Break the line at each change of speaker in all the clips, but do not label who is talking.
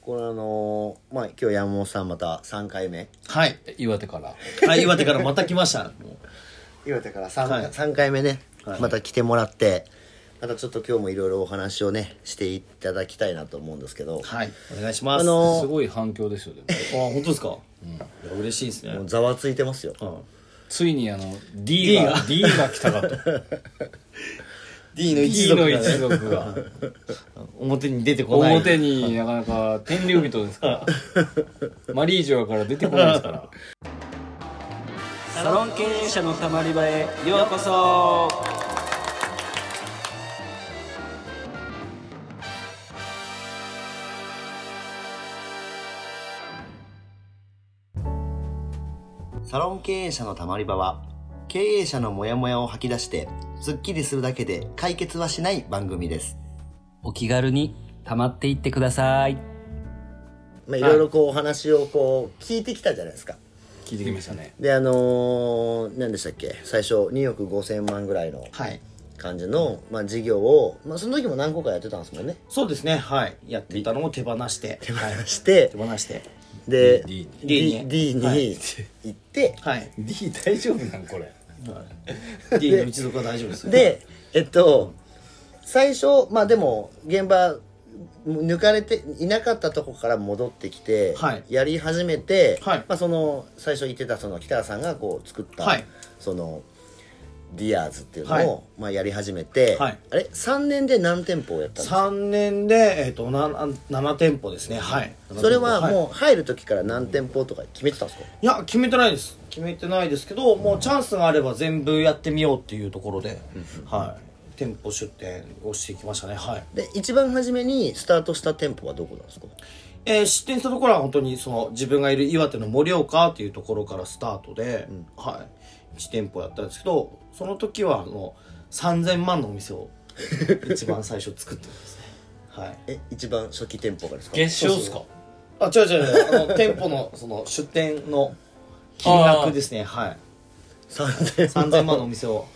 これあのーまあ今日山本さんまた3回目
はい。
岩手から
あ、岩手からまた来ました。も
岩手から3
はい
三回目ね、
はい
また来てもらってまたちょっと今日もいろいろお話をねしていただきたいなと思うんですけど
うはい。お願いします。
あのー
すごい反響ですよでも
あ、本当ですか。うん。嬉しいですね。
もうざわついてますよ
うん。
ついにあの D が D が来たかと
D の
D の一
がね
族 が
表に出てこない。
表になかなか天竜人です からマリージョアから出てこないですから
サロン経営者のたまり場へようこそ
サロン経営者のたまり場は経営者のモヤモヤを吐き出してすっきりするだけで解決はしない番組です
お気軽にたまっていってください
まあいろいろこうお話をこう聞いてきたじゃないですか
聞いてきましたね
であのー、何でしたっけ最初2億5000万ぐらいの
はい。
感じの、まあ、事業を、まあ、その時も何個かやってたんですもんね
そうですね。はい。やっていたのを手放して。手放
して
手放して。
で
D
D,
に
D に
はい
行って、
はい。
D 大丈夫なんこれ
D の一族は大丈夫ですよ。
でえっと最初まあでも現場抜かれていなかったとこから戻ってきて、
はい
やり始めて、
はい
まあ、その最初言ってたその北原さんがこう作った、
はい
そのディアーズっていうのを、
はい
まあ、やり始めて、
はい
あれ3年で何店舗をやったんですか
3年で、えっと、7、7店舗ですね。はい。
それは
う
もう入る時から何店舗とか決めてたんですか、
いや決めてないです決めてないですけどもうチャンスがあれば全部やってみようっていうところで、はい店舗出店をしてきましたねはい、
で一番初めにスタートした店舗はどこなんですか
えー出店したところは本当にその自分がいる岩手の盛岡っていうところからスタートで、はい1店舗やったんですけどその時はあの3000万のお店を一番最初作ってます ねはい
え一番初期店舗がですか
月賞っすか
あ違う違う違うあの店舗のその出店の金額ですねはい
3000
3000万のお店を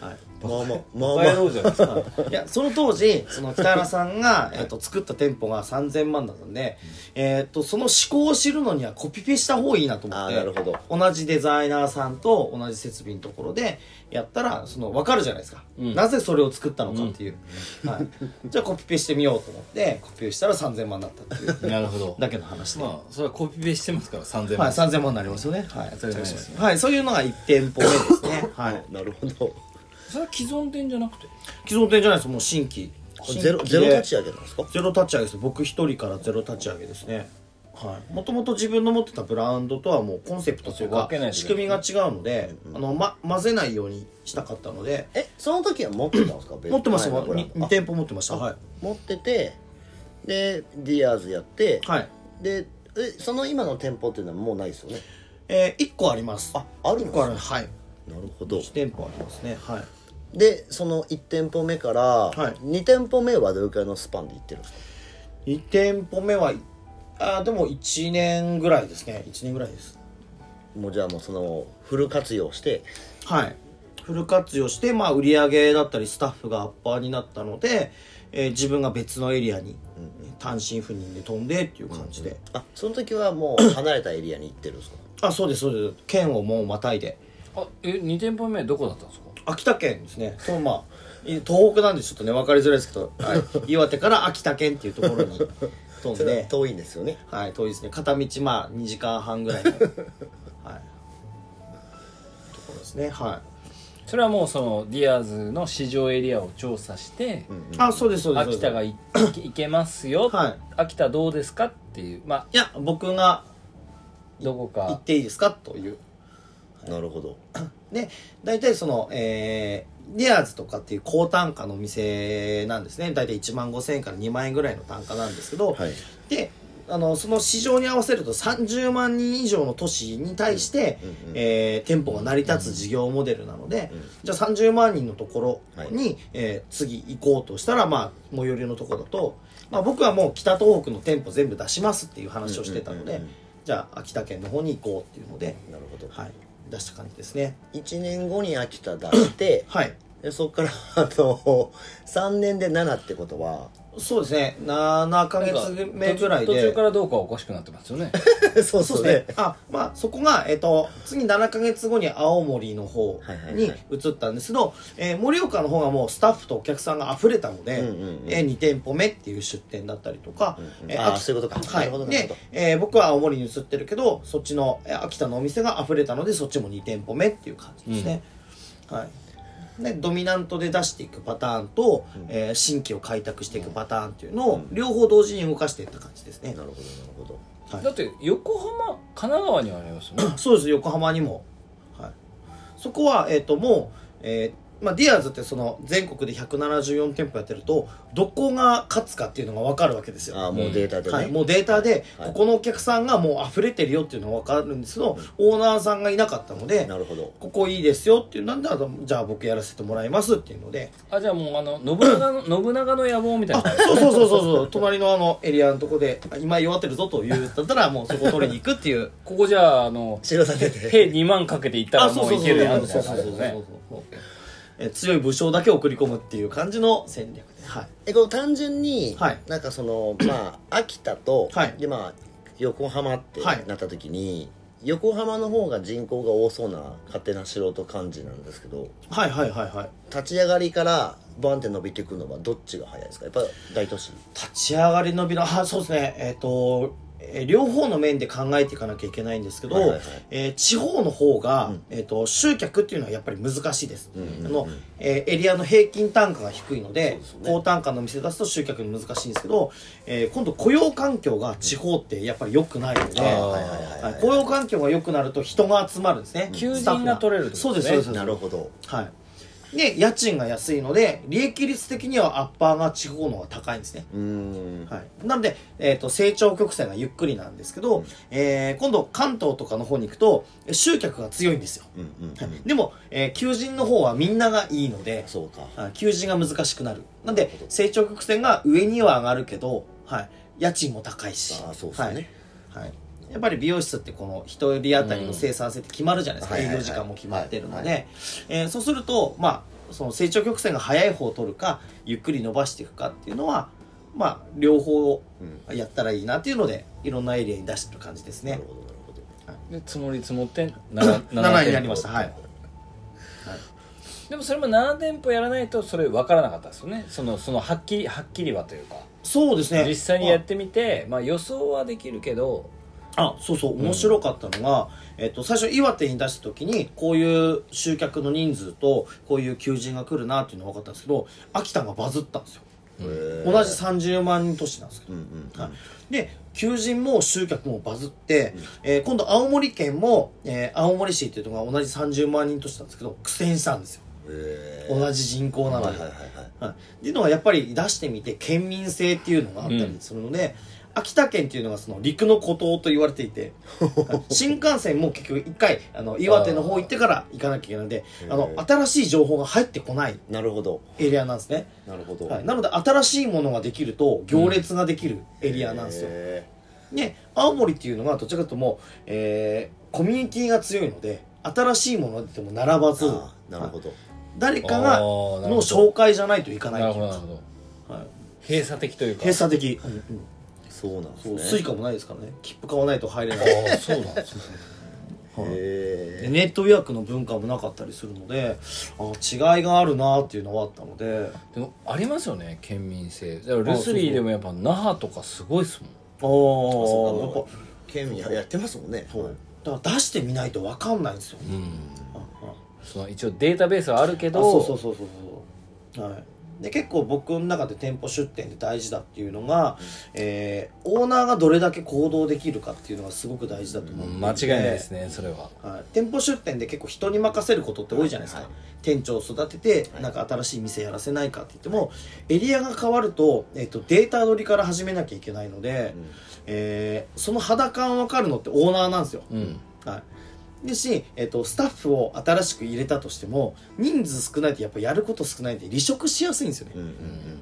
はい
まあまあまあ
バ
まあ
カ野郎じゃない ですか
いやその当時その北原さんが、えっと作った店舗が3000万だったんで、えっとその思考を知るのにはコピペした方がいいなと思っ
あ
て
ーなるほど
同じデザイナーさんと同じ設備のところでやったらその分かるじゃないですか、なぜそれを作ったのかっていう、はい、じゃあコピペしてみようと思ってコピペしたら3000万だったっていう
なるほど
だけの話で、
まあそれはコピペしてますから3000
はい、
万
3000万になりますよねはいそれではい、そういうのが1店舗目ですね、はい、
なるほど
それは既存店じゃなくて
既存店じゃないですもう新規
ゼロ
新規
ゼ
で
ロ立ち上げなんですか
ゼロ立ち上げです僕一人からゼロ立ち上げですねはいもともと自分の持ってたブランドとはもうコンセプトという
分
か
けないと
仕組みが違うので、あのま、混ぜないようにしたかったので
えその時は持ってたんですか
持ってました
前のブラン
2,
ドあ
店舗持ってましたはい、
持っててでディアーズやって、
はい
でえその今の店舗っていうのはもうないですよね
えー、1個ありますあ
あるんです
個ある
か
はい
なるほど
1店舗ありますねはい
でその1店舗目から
はい
2店舗目はどれくらいのスパンで行ってるんですか
2店舗目はいあーでも1年ぐらいですね1年ぐらいです
もうじゃあもうそのフル活用して
はいフル活用して、まあ、売り上げだったりスタッフがアッパーになったので、えー自分が別のエリアに単身赴任で飛んでっていう感じで、
あその時はもう離れたエリアに行ってるんですか
あそうですそうです県をもうまたいで
あえ二店舗目どこだったんですか
秋田県です ねそうまあい東北なんでちょっとね分かりづらいですけど、 はい、岩手から秋田県っていうところに飛
そ
ん
れは
で
遠いんですよね
はい遠いですね片道まあ2時間半ぐらい の、はい、ところですねはい
それはもうそのディアーズの市場エリアを調査して、
あそうですそうですそうで
秋
す
田がいいけますよ、
はい
秋田どうですかっていうま
いや僕が
あどこ
行っ
か
ていいですかという
なるほど
で大体そのえーディアーズとかっていう高単価のお店なんですね大体1万5000円から2万円ぐらいの単価なんですけど、
はい
であのその市場に合わせると30万人以上の都市に対して、えー店舗が成り立つ事業モデルなので、じゃあ30万人のところに、えー次行こうとしたら、まあ、最寄りのところだと、まあ、僕はもう北東北の店舗全部出しますっていう話をしてたので、じゃあ秋田県の方に行こうっていうので、
なるほど
はい、出した感じですね。
1年後に秋田出して
はい
でそこからあの3年で7ってことは
そうですね7か月目ぐらい
途中
で
からどうかおかしくなってますよね
そうそうですね。あ、まあ、そこが、えっと、次7ヶ月後に青森の方
はいはいはい
に移ったんですけど、えー盛岡の方がもうスタッフとお客さんが溢れたので、
うんうんうん
え2店舗目っていう出店だったりとか、
うん
えー
あー
秋
そういうことかな
は
るほど
い。
なるほ
で
ど、
えー僕は青森に移ってるけど、そっちの、えー秋田のお店が溢れたので、そっちも2店舗目っていう感じですね。はい。でドミナントで出していくパターンと、えー新規を開拓していくパターンっていうのを両方同時に動かしていった感じですね、
なるほどなるほど
はい
だって横浜神奈川にはありますよね
そうです横浜にも、はい、そこは、えっともう、えーまあ、ディアーズってその全国で174店舗やってるとどこが勝つかっていうのが分かるわけですよ
ああもうデータでね、
はい、もうデータで、
はい
ここのお客さんがもう溢れてるよっていうのが分かるんですけど、オーナーさんがいなかったので
なるほど
ここいいですよっていうなんであとじゃあ僕やらせてもらいますっていうので
あじゃあもうあの信 長の信長の野望みたいな
そうそうそうそうそう隣のあのエリアのとこであ今弱ってるぞと言うんだったらもうそこ取りに行くっていう
ここじゃああの
白さ出て
兵2万かけていったらもういけるやんみたいな
そ
感
う
じ
そう
です
そう
よ
そう
ね
そうえ強い武将だけ送り込むっていう感じの戦略ではい
えこの単純に、
はい
なんかそのまあ秋田と、
はい
でまあ横浜って
はい
なった時に、横浜の方が人口が多そうな勝手な素人感じなんですけど
はいはいはいはい
立ち上がりからバンって伸びていくのはどっちが早いですかやっぱ大都市
立ち上がりのビラ あそうですねえっ、と、えー両方の面で考えていかなきゃいけないんですけど、
はいはいはい
えー地方の方が、えー、と集客っていうのはやっぱり難しいです、あのえーエリアの平均単価が低いので高単価の店出すと集客に難しいんですけど、えー今度雇用環境が地方ってやっぱり良くないので、
はいはいはい
はい雇用環境が良くなると人が集まるんですね
求人が
スタッフ
取れるって
そ
こ
う
と
で
ですす
そうですそ
ね
うです
なるほど
はいで家賃が安いので利益率的にはアッパーが地方の方が高いんですね
うーん
はい、なので、えー、と成長曲線がゆっくりなんですけど、えー今度関東とかの方に行くとえ集客が強いんですよ、
うんうん
はいでも、えー求人の方はみんながいいので
そうか
はい求人が難しくなるなん
な
で
るほど
成長曲線が上には上がるけど、はい、家賃も高いし
あーそうですよね
はいはいやっぱり美容室ってこの一人当たりの生産性って決まるじゃないですか、
うん
営業時間も決まってるの
はいはい
でえーそうするとまあその成長曲線が速い方を取るかゆっくり伸ばしていくかっていうのはまあ両方やったらいいなっていうのでいろんなエリアに出してる感じです
な
ね
るほどなるほど
で積もり積もって 7,
7位になりましたはい
でもそれも7店舗やらないとそれ分からなかったですよねそのそのはっきりはっきりはというか
そうですね
実際にやってみて、まあ、予想はできるけど
あそうそう面白かったのが、えっと、最初岩手に出した時にこういう集客の人数とこういう求人が来るなっていうのが分かったんですけど秋田がバズったんですよ同じ30万人都市なんですけど、
うんうん
はいで求人も集客もバズって、えー今度青森県も、えー青森市っていうところが同じ30万人都市なんですけど苦戦したんですよ
えー
同じ人口なの
はい
で
はいはいはい
はい、っていうのはやっぱり出してみて県民性っていうのがあったりするので、秋田県っていうのがその陸の孤島と言われていて新幹線も結局一回あの岩手の方行ってから行かなきゃいけないのであの新しい情報が入ってこない
なるほど
エリアなんですね、
なるほど
はい、なので新しいものができると行列ができるエリアなんですよ、
へ
で青森っていうのはどちらかというともう、えーコミュニティが強いので新しいものが出ても並ば
ー
ず
あーなるほど
誰かが
あーなる
の
ほど
紹介じゃないといかない
なる
と
ほ
い
ど
う
な
か
るほど
はい
閉鎖的というか
閉鎖的、
そうなんです
そう
ね
スイカもないですからね切符買わないと入れない
ああそうなんですね
へ
でネット予約の文化もなかったりするのであ違いがあるなっていうのはあったので
でもありますよね県民性だからルスリーでもやっぱ那覇とかすごいっすもん
あ
ー
あや
そ
っ
うか
ぱ
もう県民やってますもんね
そうだから出してみないと分かんないんですよ、
その一応データベースはあるけど
あそうそうそうそうそうはいで結構僕の中で店舗出店で大事だっていうのが、えーオーナーがどれだけ行動できるかっていうのがすごく大事だと思う、
間違いないですねそれは
はい、店舗出店で結構人に任せることって多いじゃないですか、店長を育ててなんか新しい店やらせないかって言っても、エリアが変わると,、えっとデータ取りから始めなきゃいけないので、えーその肌感分かるのってオーナーなんですよ、
うん
はい、ですし、えっとスタッフを新しく入れたとしても人数少ないとやっぱやること少ないんで離職しやすいんですよね、
うんうんうんうんうんうん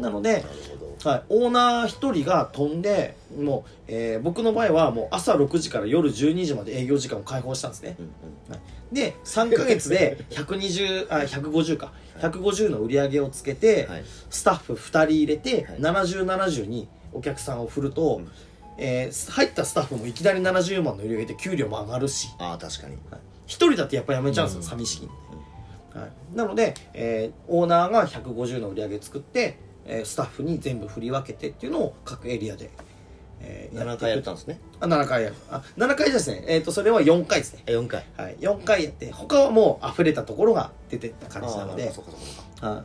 なので
なるほど
はい、オーナー一人が飛んでもう、えー僕の場合はもう朝6時から夜12時まで営業時間を開放したんですね、
うんうん
で3か月で120あ150か150の売り上げをつけて、
はい
スタッフ2人入れて、
はい
7070にお客さんを振ると、
うん
えー入ったスタッフもいきなり70万の売り上げで給料も上がるし
ああ確かに
はい一人だってやっぱやめちゃうんですよ、寂しいんで、はい、なので、えーオーナーが150の売り上げ作って、えースタッフに全部振り分けてっていうのを各エリアで、えー
7回や
い
ったんですね
あ7回やるあ7回ですねえっ、とそれは4回ですね
あ4回
はい、4回やって他はもう溢れたところが出てった
あ
感じなので
そうかそうかそうか
は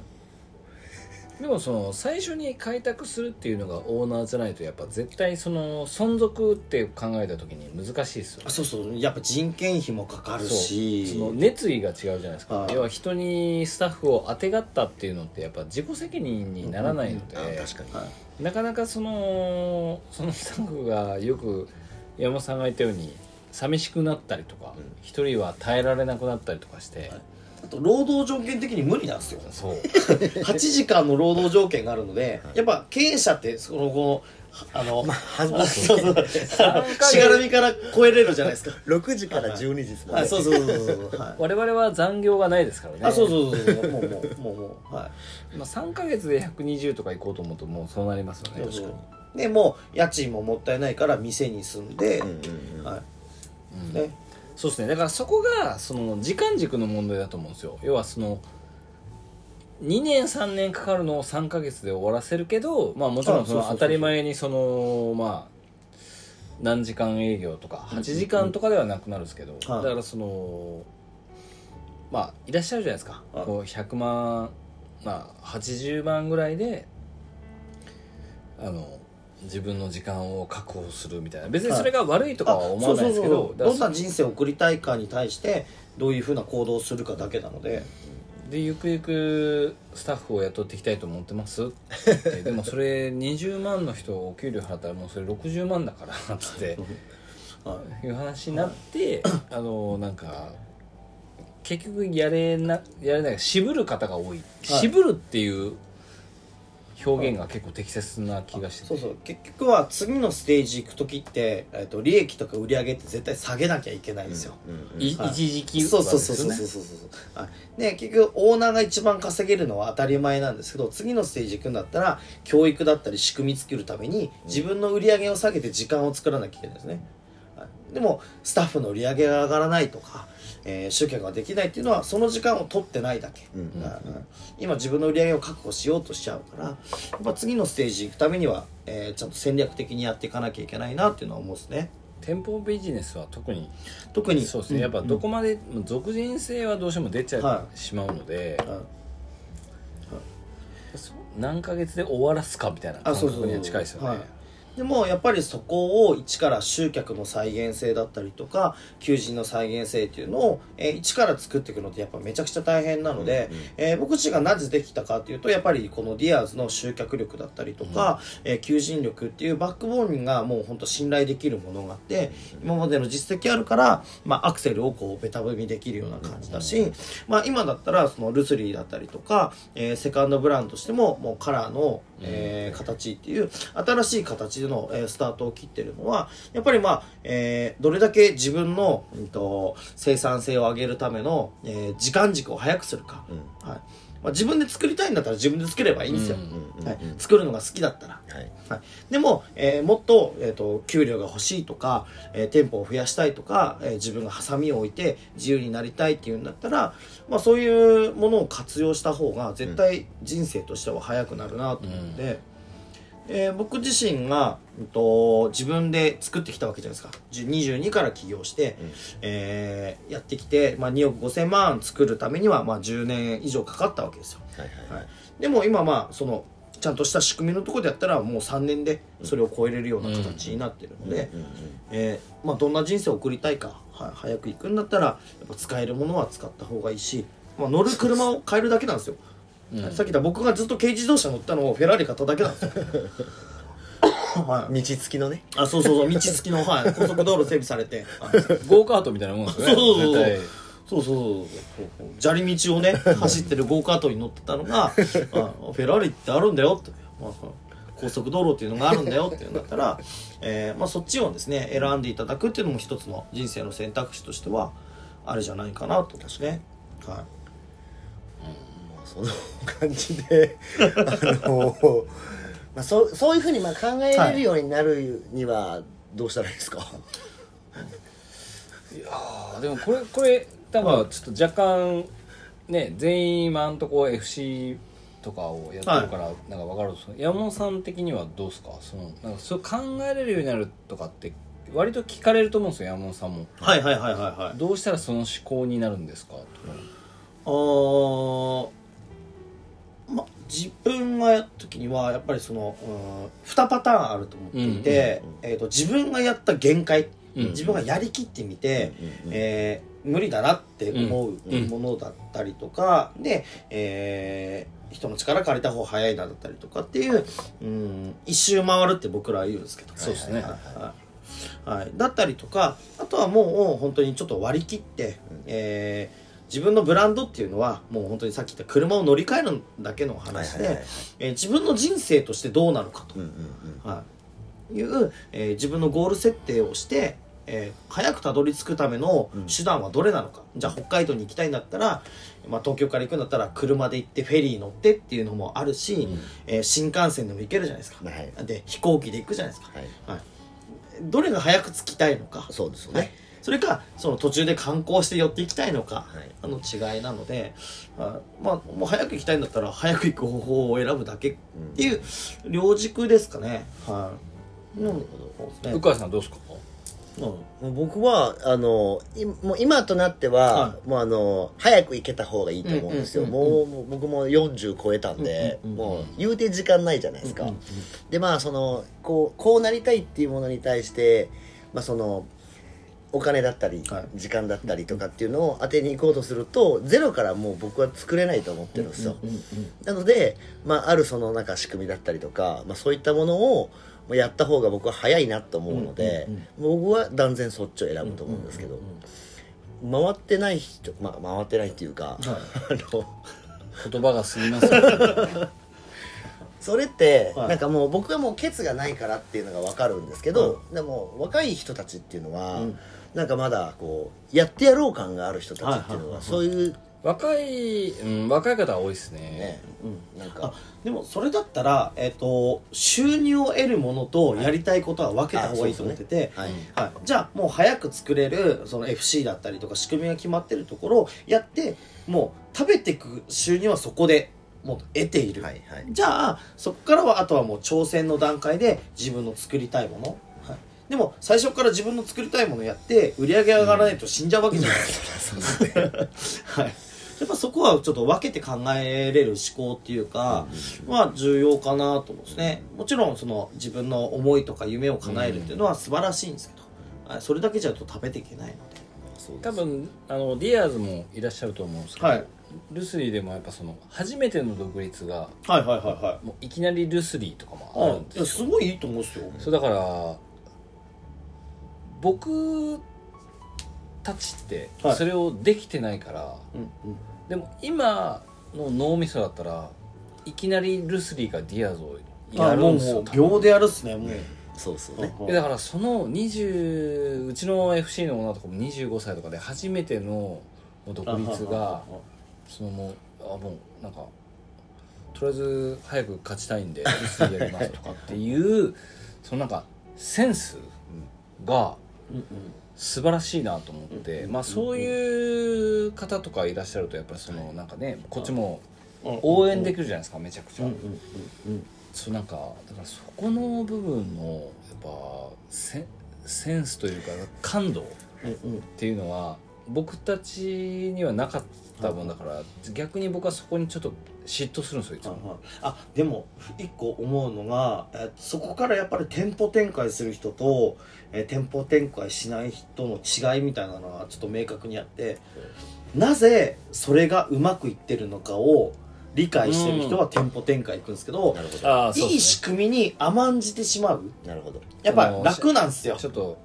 でもその最初に開拓するっていうのがオーナーじゃないとやっぱ絶対その存続って考えた時に難しいですよ
い、
ね
そうそうやっぱ人件費もかかる
そ
し
の熱意が違うじゃないですか
はい
要は人にスタッフをあてがったっていうのってやっぱ自己責任にならないので、
あー確か
はい
なかなかそのそのスタッフがよく山本さんが言ったように寂しくなったりとか
うん
一、人は耐えられなくなったりとかして、
あと労働条件的に無理なんですよ
そう
8時間の労働条件があるので、やっぱ経営者ってその後あの、
にまあ初
そうそう
3
しがらみから超えれるじゃないです か
6時から12時ですもん
はい
ね
そうそうそうそう、はい、
我々は残業がないですからね
あそうそうそうそうもうもうもうもうはい
まあ、3か月で120とか行こうと思うともうそうなりますよね
そうそうでもう家賃ももったいないから店に住んで、
うんうんうん
は
うん
いね
そうですねだからそこがその時間軸の問題だと思うんですよ要はその2年3年かかるのを3か月で終わらせるけど、まあ、もちろん
あそう
その
そうそうそう
当たり前にそのまあ何時間営業とか8時間とかではなくなるんですけど、
はい
だからそのまあいらっしゃるじゃないですか、
はい
こう100万まあ80万ぐらいであの自分の時間を確保するみたいな別にそれが悪いとかは思わないですけ
あそうそう
どだ
そう
か
ど
ら
んな人生を送りたいかに対してどういうふうな行動をするかだけなので
でゆくゆくスタッフを雇っていきたいと思ってますって言ってでもそれ20万の人をお給料払ったらもうそれ60万だからっつって
は
いう話になってあのなんか結局やれなやれない渋る方が多い、渋るっていう表現が結構適切な気がして
そう
て
そう結局は次のステージ行く時って、えっと利益とか売り上げって絶対下げなきゃいけないんですよ、
うんうんうん
い
はい
一時期
そ
と
う
か
そう
で
そう
す
そ
よ
う
ね
そうそうそう、はい、で結局オーナーが一番稼げるのは当たり前なんですけど次のステージ行くんだったら教育だったり仕組み作るために自分の売り上げを下げて時間を作らなきゃいけないですね、はい、でもスタッフの売り上げが上がらないとか、えー集客ができないっていうのはその時間を取ってないだけ、
うんうん
はい今自分の売り上げを確保しようとしちゃうからやっぱ次のステージ行くためには、えーちゃんと戦略的にやっていかなきゃいけないなっていうのは思うんですね
店舗ビジネスは特に
特に
そうですねやっぱどこまで俗人性はどうしても出ちゃ、
は
しまうので、
うん
そう何ヶ月で終わらすかみたいな
あ
感
そうそう
覚には近いですよね
はいでもやっぱりそこを一から集客の再現性だったりとか求人の再現性っていうのを、えー一から作っていくのってやっぱめちゃくちゃ大変なので、えー僕自身がなぜできたかっていうとやっぱりこのディアーズの集客力だったりとか、えー求人力っていうバックボーンがもう本当信頼できるものがあって今までの実績あるから、まあ、アクセルをこうベタ踏みできるような感じだし、まあ、今だったらそのルスリーだったりとか、えーセカンドブランドとしてももうカラーの、えー形っていう新しい形での、えースタートを切ってるのはやっぱりまあ、えーどれだけ自分の、うんと生産性を上げるための、えー時間軸を早くするか、はいまあ、自分で作りたいんだったら自分で作ればいいんですよ、
うん
はい、作るのが好きだったら。
はい
はい、でも、えーもっと,、えー、と給料が欲しいとか、えー店舗を増やしたいとか、えー自分がハサミを置いて自由になりたいっていうんだったら、まあ、そういうものを活用した方が絶対人生としては早くなるなと思って、えー僕自身が、うんと、自分で作ってきたわけじゃないですかじゅ22から起業して、
うん
えーやってきて、まあ、2億5000万作るためには、まあ、10年以上かかったわけですよ。
はいはい
はい、でも今まあそのちゃんとした仕組みのところでやったらもう3年でそれを超えれるような形になってるので、
うんうん
えーまあ、どんな人生を送りたいかは早く行くんだったらやっぱ使えるものは使った方がいいし、まあ、乗る車を変えるだけなんですよ、
うん
さっき言った僕がずっと軽自動車乗ったのをフェラーリ買っただけなんですよ、は
道
い、
付きのね
あそうそうそう道付きの、はい、高速道路整備されて、はい
ゴーカートみたいなもんですよ ね
そうそうそう
絶対
そうそうそうそう砂利道をね走ってるゴーカートに乗ってたのがあフェラーリってあるんだよって、まあ、高速道路っていうのがあるんだよっていうんだったら、えーまあ、そっちをですね選んでいただくっていうのも一つの人生の選択肢としてはあれじゃないかなと思いますね。はい
その感じであの、まあ、そそういうふうにまあ考えれるようになるにはどうしたらいいですか、
あーでもこれこれ多分ちょっと若干ね全員今んとこ FC とかをやってるからなんか分かるんですけど、山本さん的にはどうですかそのなんかそう考えれるようになるとかって割と聞かれると思うんですよ山本さんも
はいはいはいはいはい
どうしたらその思考になるんですかとか
あーま自分がやった時にはやっぱりその、うん、2パターンあると思っていて、えー、と自分がやった限界、
うん
自分がやりきってみて、
うんうん
えー無理だなって思ううんものだったりとか、で、えー人の力借りた方早いなだったりとかっていう、うん、一周回るって僕らは言うんですけど
そうですね
はいはい、だったりとかあとはもう本当にちょっと割り切って、えー自分のブランドっていうのはもう本当にさっき言った車を乗り換えるだけの話
はいはいはいは
で
い
えー自分の人生としてどうなのかと、
うんうん
はい、いう、えー自分のゴール設定をして、えー早くたどり着くための手段はどれなのか、じゃあ北海道に行きたいんだったら、まあ、東京から行くんだったら車で行ってフェリー乗ってっていうのもあるし、えー新幹線でも行けるじゃないですか、
はい
で飛行機で行くじゃないですか、
はい
はい、どれが早く着きたいのか
そうですよね、
はい、それかその途中で観光して寄っていきたいのか、
い
あの違いなのであまあもう早く行きたいんだったら早く行く方法を選ぶだけっていう両軸ですかねはい、なるほど
鵜飼さんどうですか
もう僕はあのいもう今となっては、
は
もうあの早く行けた方がいいと思うんですよ、
うんうん
もうもう僕も40超えたんで、もう言うて時間ないじゃないですか、でまあそのこうこうなりたいっていうものに対して、まあ、そのお金だったり、
はい
時間だったりとかっていうのを当てに行こうとするとゼロからもう僕は作れないと思ってるんですよ、なので、まあ、あるそのなんか仕組みだったりとか、まあ、そういったものをもうやった方が僕は早いなと思うので、僕は断然そっちを選ぶと思うんですけど、回ってない人、まあ、回ってないっていうか、 あの
言葉が過ぎますよ
それって、
はい
なんかもう僕はもうケツがないからっていうのが分かるんですけど、でも若い人たちっていうのは、なんかまだこうやってやろう感がある人たちっていうのは,、そういう
若い、うん、若い方は多いですね
ね、なんか
あでもそれだったら、えっと収入を得るものとやりたいことは分けた方がいいと思ってて、
はい
はい、じゃあもう早く作れるその FC だったりとか仕組みが決まってるところをやってもう食べていく収入はそこでもう得ている、
はいはい
じゃあそこからはあとはもう挑戦の段階で自分の作りたいもの、はい、でも最初から自分の作りたいものやって売り上げ上がらないと死んじゃうわけじゃないですか、はいやっぱそこはちょっと分けて考えれる思考っていうかは重要かなと思うんですねもちろんその自分の思いとか夢を叶えるっていうのは素晴らしいんですけどはいそれだけじゃと食べていけないので
そうです
多分あのディアーズもいらっしゃると思うんですけど、
はい
ルスリーでもやっぱその初めての独立が
はいはいはいはい
もういきなりルスリーとかもあるんです
あ
よ
すごいいいと思うんですよ
そうだから僕たちって
はい
それをできてないから、
うんうん
でも今の脳みそだったらいきなりルスリーがディアーズをや
あ
る
もうん
です
も
よ
う秒でやるっすねもう
そうそうね
えだからその20うちの FC の女とかも25歳とかで初めての独立がそのもうあもうなんかとりあえず早く勝ちたいんで薄いやりますとかっていうそのなんかセンスが
うんうん
素晴らしいなと思ってまあそういう方とかいらっしゃるとやっぱりそのなんかねこっちも
うん
応援できるじゃないですかめちゃくちゃ。
うん
そうなんかだからそこの部分のやっぱセセンスというか感度っ
うんうん
ていうのは僕たちにはなかったもんだから逆に僕はそこにちょっと嫉妬するんですよいつも
あでも一個思うのがえーそこからやっぱり店舗展開する人と、えー店舗展開しない人の違いみたいなのはちょっと明確にあってなぜそれがうまくいってるのかを理解してる人は店舗展開行くんですけど
な、るほど
あ
いい仕組みに甘んじてしまう
なるほど
やっぱ楽なんですよ
ちょっと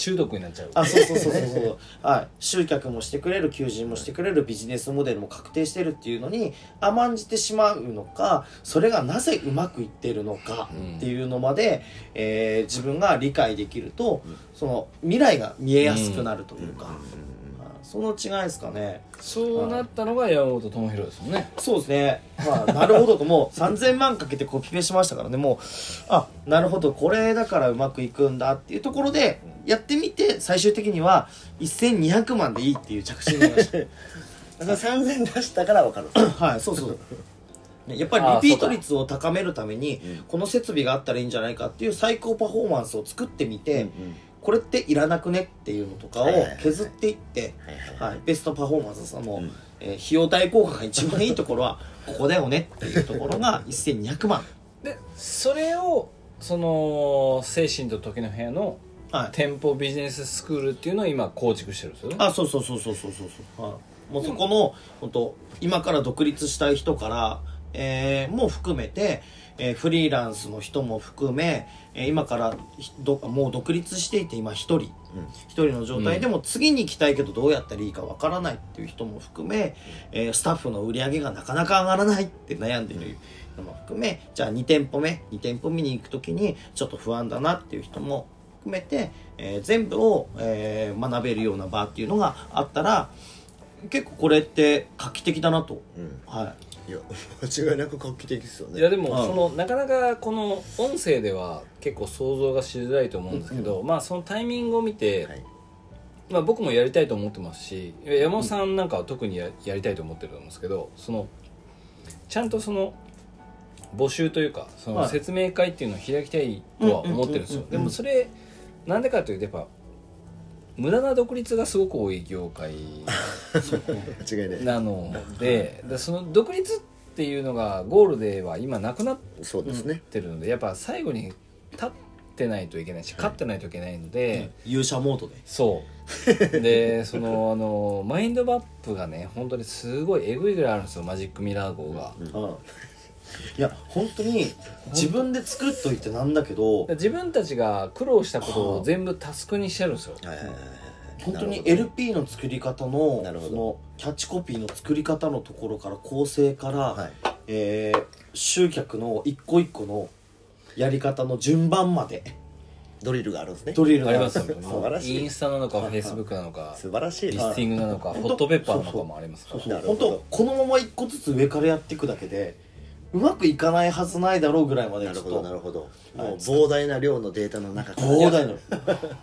中毒になっちゃう
あそうそうそうそうそう はい集客もしてくれる求人もしてくれるビジネスモデルも確定してるっていうのに甘んじてしまうのかそれがなぜうまくいってるのかっていうのまで、えー自分が理解できると、その未来が見えやすくなるというか、はいその違いですかね
そうなったのが山本智弘ですもんね
そうですね、まあ、なるほど ともう3000万かけてコピペしましたからねもうあなるほどこれだからうまくいくんだっていうところでやってみて最終的には1200万でいいっていう着信になりまし
だから3000出したから分かる
たはいそうそうねやっぱりリピート率を高めるためにこの設備があったらいいんじゃないかっていう最高パフォーマンスを作ってみて、これっていらなくねっていうのとかを
はいはいはいはい
削っていって、
はいはいはい
はい、ベストパフォーマンスさも、えー費用対効果が一番いいところはここだよねっていうところが1200万
でそれをその精神と時の部屋の
はい
店舗ビジネススクールっていうのを今構築してるんですよね
あそうそうそうそうそうそうそう、はい、もうそこの本当今から独立したい人から、えーも含めて、えーフリーランスの人も含め、えー今からひどもう独立していて今一人一、人の状態でも次に行きたいけどどうやったらいいかわからないっていう人も含め、えースタッフの売り上げがなかなか上がらないって悩んでる人も含めじゃあ2店舗目2店舗目に行く時にちょっと不安だなっていう人も含めて、えー全部を、えー学べるような場っていうのがあったら結構これって画期的だなと、
うん
はい
や間違いなく画期的ですよね
いやでも
うん
そのなかなかこの音声では結構想像がしづらいと思うんですけど、まあそのタイミングを見て、
はい
まあ、僕もやりたいと思ってますし山本さんなんかは特にややりたいと思ってると思うんですけどそのちゃんとその募集というかそ
は
の
い
説明会っていうのを開きたいとは思ってるんですよ
うんうんうんうん
でもそれなんでかというとやっぱ無駄な独立がすごく多い業界
間違いない
なのででその独立っていうのがゴールでは今なくなっ
そうですね
てるのでやっぱ最後に立ってないといけないし勝ってないといけないので。
勇者モードで
そうでそのあのマインドマップがね本当にすごいえぐいぐらいあるんですよマジックミラー号が、だか
いや本当に自分で作っといてなんだけど
ら自分たちが苦労したことを全部タスクにしてるんですよ
はいはいはいはい
本当に
なる
LP の作り方の
なるほど
そのキャッチコピーの作り方のところから構成から、
ほどはい
えー集客の一個一個のやり方の順番まで
ドリルがあるんですね
ドリルが
あり ますよね
素晴らしい
インスタなのかフェイスブックなのか
素晴らしい
リスティングなの か
はい
ホットペッパーなのかもありますから
なるほ
本
ど
当このまま一個ずつ上からやっていくだけでうまくいかないはずないだろうぐらいまで
な
ち
る
ょっ
ほどな
と
るほど
はい
もう膨大な量のデータの中から
膨大な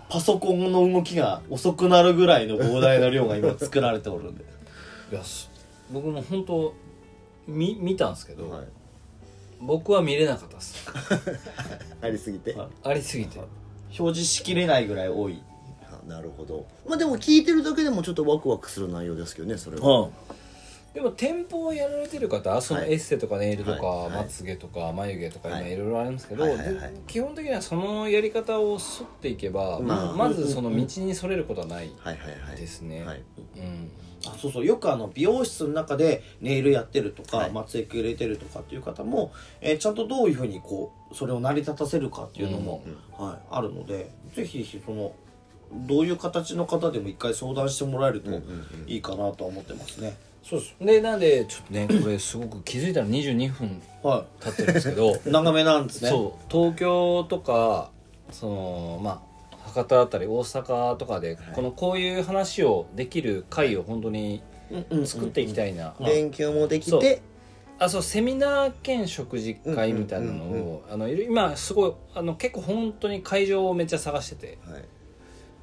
パソコンの動きが遅くなるぐらいの膨大な量が今作られておるんで
いやす僕も本当見見たんですけど、
はい
僕は見れなかったです
ありすぎて、
はい
ありすぎて
表示しきれないぐらい多い
あなるほどまあでも聞いてるだけでもちょっとワクワクする内容ですけどねそれは、
うん
でも店舗をやられてる方その
はい
エッセとかネイルとか、
はいはい
まつげとか眉毛とか
は
今
い
いろいろありますけど、
はいはいはい
で基本的にはそのやり方を沿っていけば、
まあ
まずその道にそれることはない
はいはいはい
ですね、
はい
うん、
あそうそうよくあの美容室の中でネイルやってるとか、
はい
まつエク入れてるとかっていう方も、えーちゃんとどういうふうにこうそれを成り立たせるかっていうのも、はい、あるのでぜひぜひそのどういう形の方でも一回相談してもらえるといいかなとは思ってますね、
そうですでなんでちょっとねこれすごく気づいたら22分
は
経ってるんですけど、
い長めなんですね
そう東京とかそのまあ博多あたり大阪とかで、このこういう話をできる会を本当に
うんうんうん
作っていきたいな、
勉強もでき
そう
て
あそうセミナー兼食事会みたいなの
うんうん
をあのいろ今すごいあの結構本当に会場をめっちゃ探してて
はい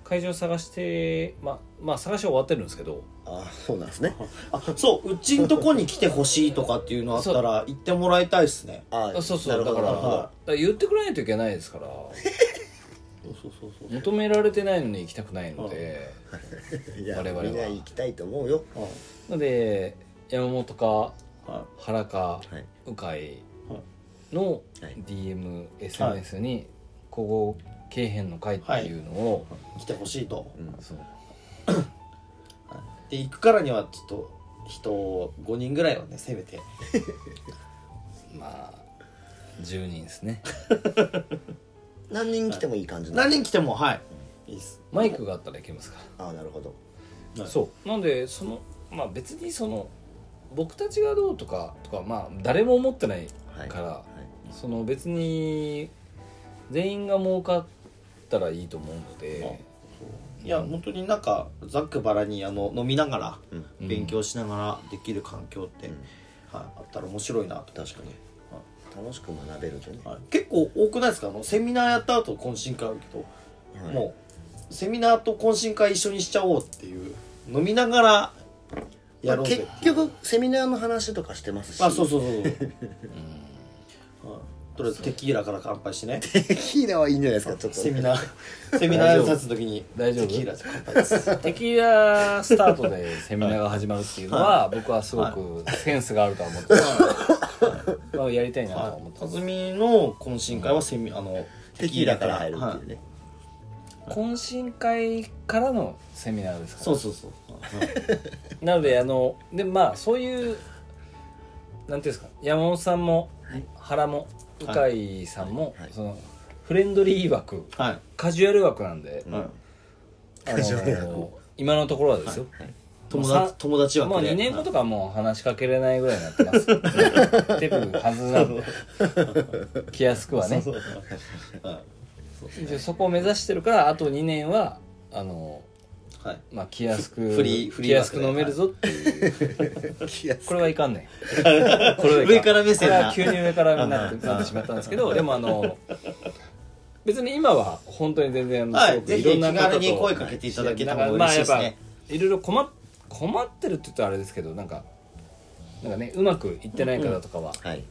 会場探してまあまあ探しは終わってるんですけど
あそうなんですね
あそううちんとこに来てほしいとかっていうのあったら行ってもらいたいですね
あ
あそう
な
そう
る
だ
ほ
か
ど
ら
なる
だ
ほど
から言ってくれないといけないですから
そうそうそうそう
求められてないのに行きたくないので
いや
我々は
みんな行きたいと思うよ
はい
なので山本か
はい
原か
はい
鵜飼
はい
の
はい
DMSNS に「ここ経辺の会」っていうのを、
来てほしいと
そう
で行くからにはちょっと人を5人ぐらいはねせめて
まあ10人ですね
何人来てもいい感じな
何
の
人来てもはいいいっす
マイクがあったらいけますか
あなるほど
はい
そうなんでそのまあ別にその僕たちがどうとかとかまあ誰も思ってない
はい
から、
はい
その別に全員が儲かったらいいと思うので、
いや本当になんかざっくばらにあの飲みながら、
う
勉強しながらできる環境って、はい、あったら面白いなと、
確かに楽しく学べるとね
はい、結構多くないですかあのセミナーやった後懇親会あるけど、
はい
もうセミナーと懇親会一緒にしちゃおうっていう飲みながらやろうぜってい
結
う
局セミナーの話とかしてますし
あそうそうそうそう、うん、とりあえずテキーラから乾杯してね
テキーラはいいんじゃないですかちょっと
セミナーセミナー挨拶の時に
大丈夫
テキーラと乾杯です
テキーラスタートでセミナーが始まるっていうのは僕はすごくセンスがあるとは思ってますまあやりたいなとは思ってます
辰巳の懇親会はセミあの
テキーラから入るっていうね、
懇親会からのセミナーですから
そうそうそう
なのであのでまあそういうなんていうんですか山本さんも原も鵜飼さんも、
はい
そのフレンドリー枠
はい
カジュアル枠なんで、
うん
はい
あの
カジュアル枠
今のところはですよ、
友
もう
達
さ
友達は
もう2年後とかはもう話しかけれないぐらいになってますテープはずなんで気安くはね
そうそうは
一応そこを目指してるからあと2年はあの
いはい
まあ気安く
フリーフリ
気
ー枠で
安く飲めるぞっていうこれはいかんねんこ
上から目線な
これは急に上からになってなってしまったんですけどでもあの別に今は本当に全然あの
はい
すごく
ぜひ
いろんな
気
方と
軽に声かけていただけたら
なんか
嬉しいですね
まあやっぱいろいろ困っ困ってるって言ったらあれですけどなんかなんかねうまくいってない方とかは
はい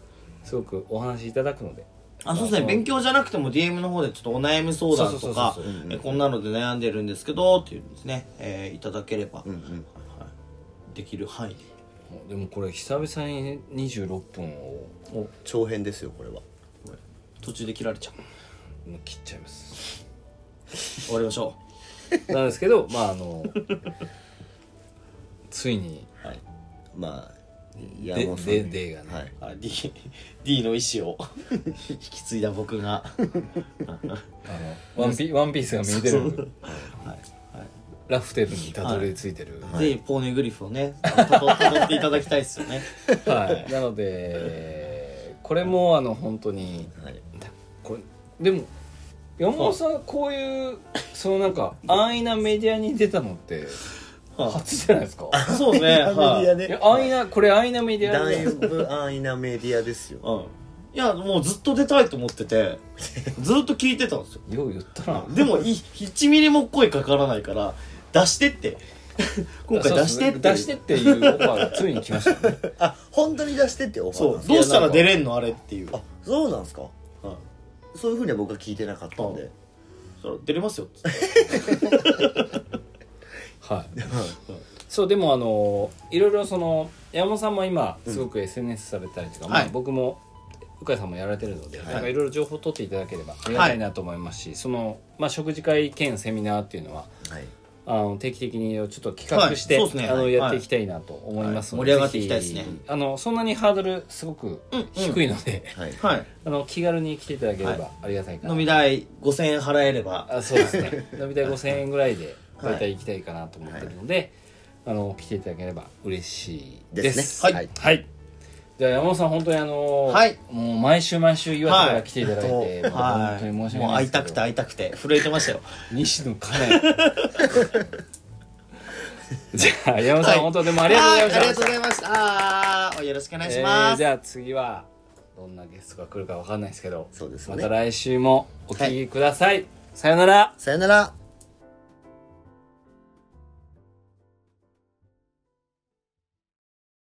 すごくお話しいただくので
あそうですね勉強じゃなくても DM の方でちょっとお悩み相談とか
そうそうそうそう
うんうん
えこんなので悩んでるんですけどっていうんですね、えーいただければ、
うんうん
はい、できる範囲で
でもこれ久々に26分を
長編ですよこれは
途中で切られちゃう
もう切っちゃいます
終わりましょ
なんです けどまああのついに
まあ山
で
本さん
ででがね、
はいう
あ D, D の意思を引き継いだ僕 が
あのワンピワンピースが見えてる
はい
ラフテルにたどり着いてる、
ぜひポーネグリフをねたどたどっていただきたいですよ ね
はい、なのでこれもあの本当に
はい
これでも山本さんこういうそのなんか安易なメディアに出たのって
はい
初じゃないですか
そうですねはい
メデ
い
ィ
や安易なこれ安易なメディア
だい
で
ぶ安易なメディアですよ
うんいやもうずっと出たいと思っててずっと聞いてたんですよ
よう言ったな
でもい1ミリも声かからないから出してって 今回出してって
出してっていうオファーがついに来ましたね
あ本当に出してってオファー
そ
なん
う
ですか
どうしたら出れんのあれっていう
あそうなんですか
はい
そういうふうには僕は聞いてなかったんで
そしたら出れますよっつって
はいそうでもあのいろいろその山本さんも今すごく SNS されたりとか、まあ
はい
僕も鵜飼さんもやられてるので、
はい
なんかいろいろ情報を取っていただければありがたいなと思いますし、その、まあ、食事会兼セミナーっていうのは
はい
あの定期的にちょっと企画して、
はいそうですね
あの
はい
やっていきたいなと思いますの
はい盛り
で、
上がっていきたいですね
ぜひあのそんなにハードルすごく低いので、
はい
はい
あの気軽に来ていただければありがたいかな、
飲み代5000円払えれば
あそうですね 伸びた5000円ぐらいで大体行きたいかなと思ってるので、あの来ていただければ嬉しいです
ですね
は
はいい、
はいじゃあ山本さん本当にあのー
はい
もう毎週毎週岩手から来ていただいて、もう
は
本当に申し訳ないですけど
もう会いたくて会いたくて震えてましたよ
西野カナ じゃあ山本さん、
はい
本当でもありがとうござ
はあ
いました、
りがとうございましたよろしくお願いし
え
ま
ー
す、
じゃあ次はどんなゲストが来るかわかんないですけど
そうです
ま
ね
た来週もお聞きください、さよなら
さよなら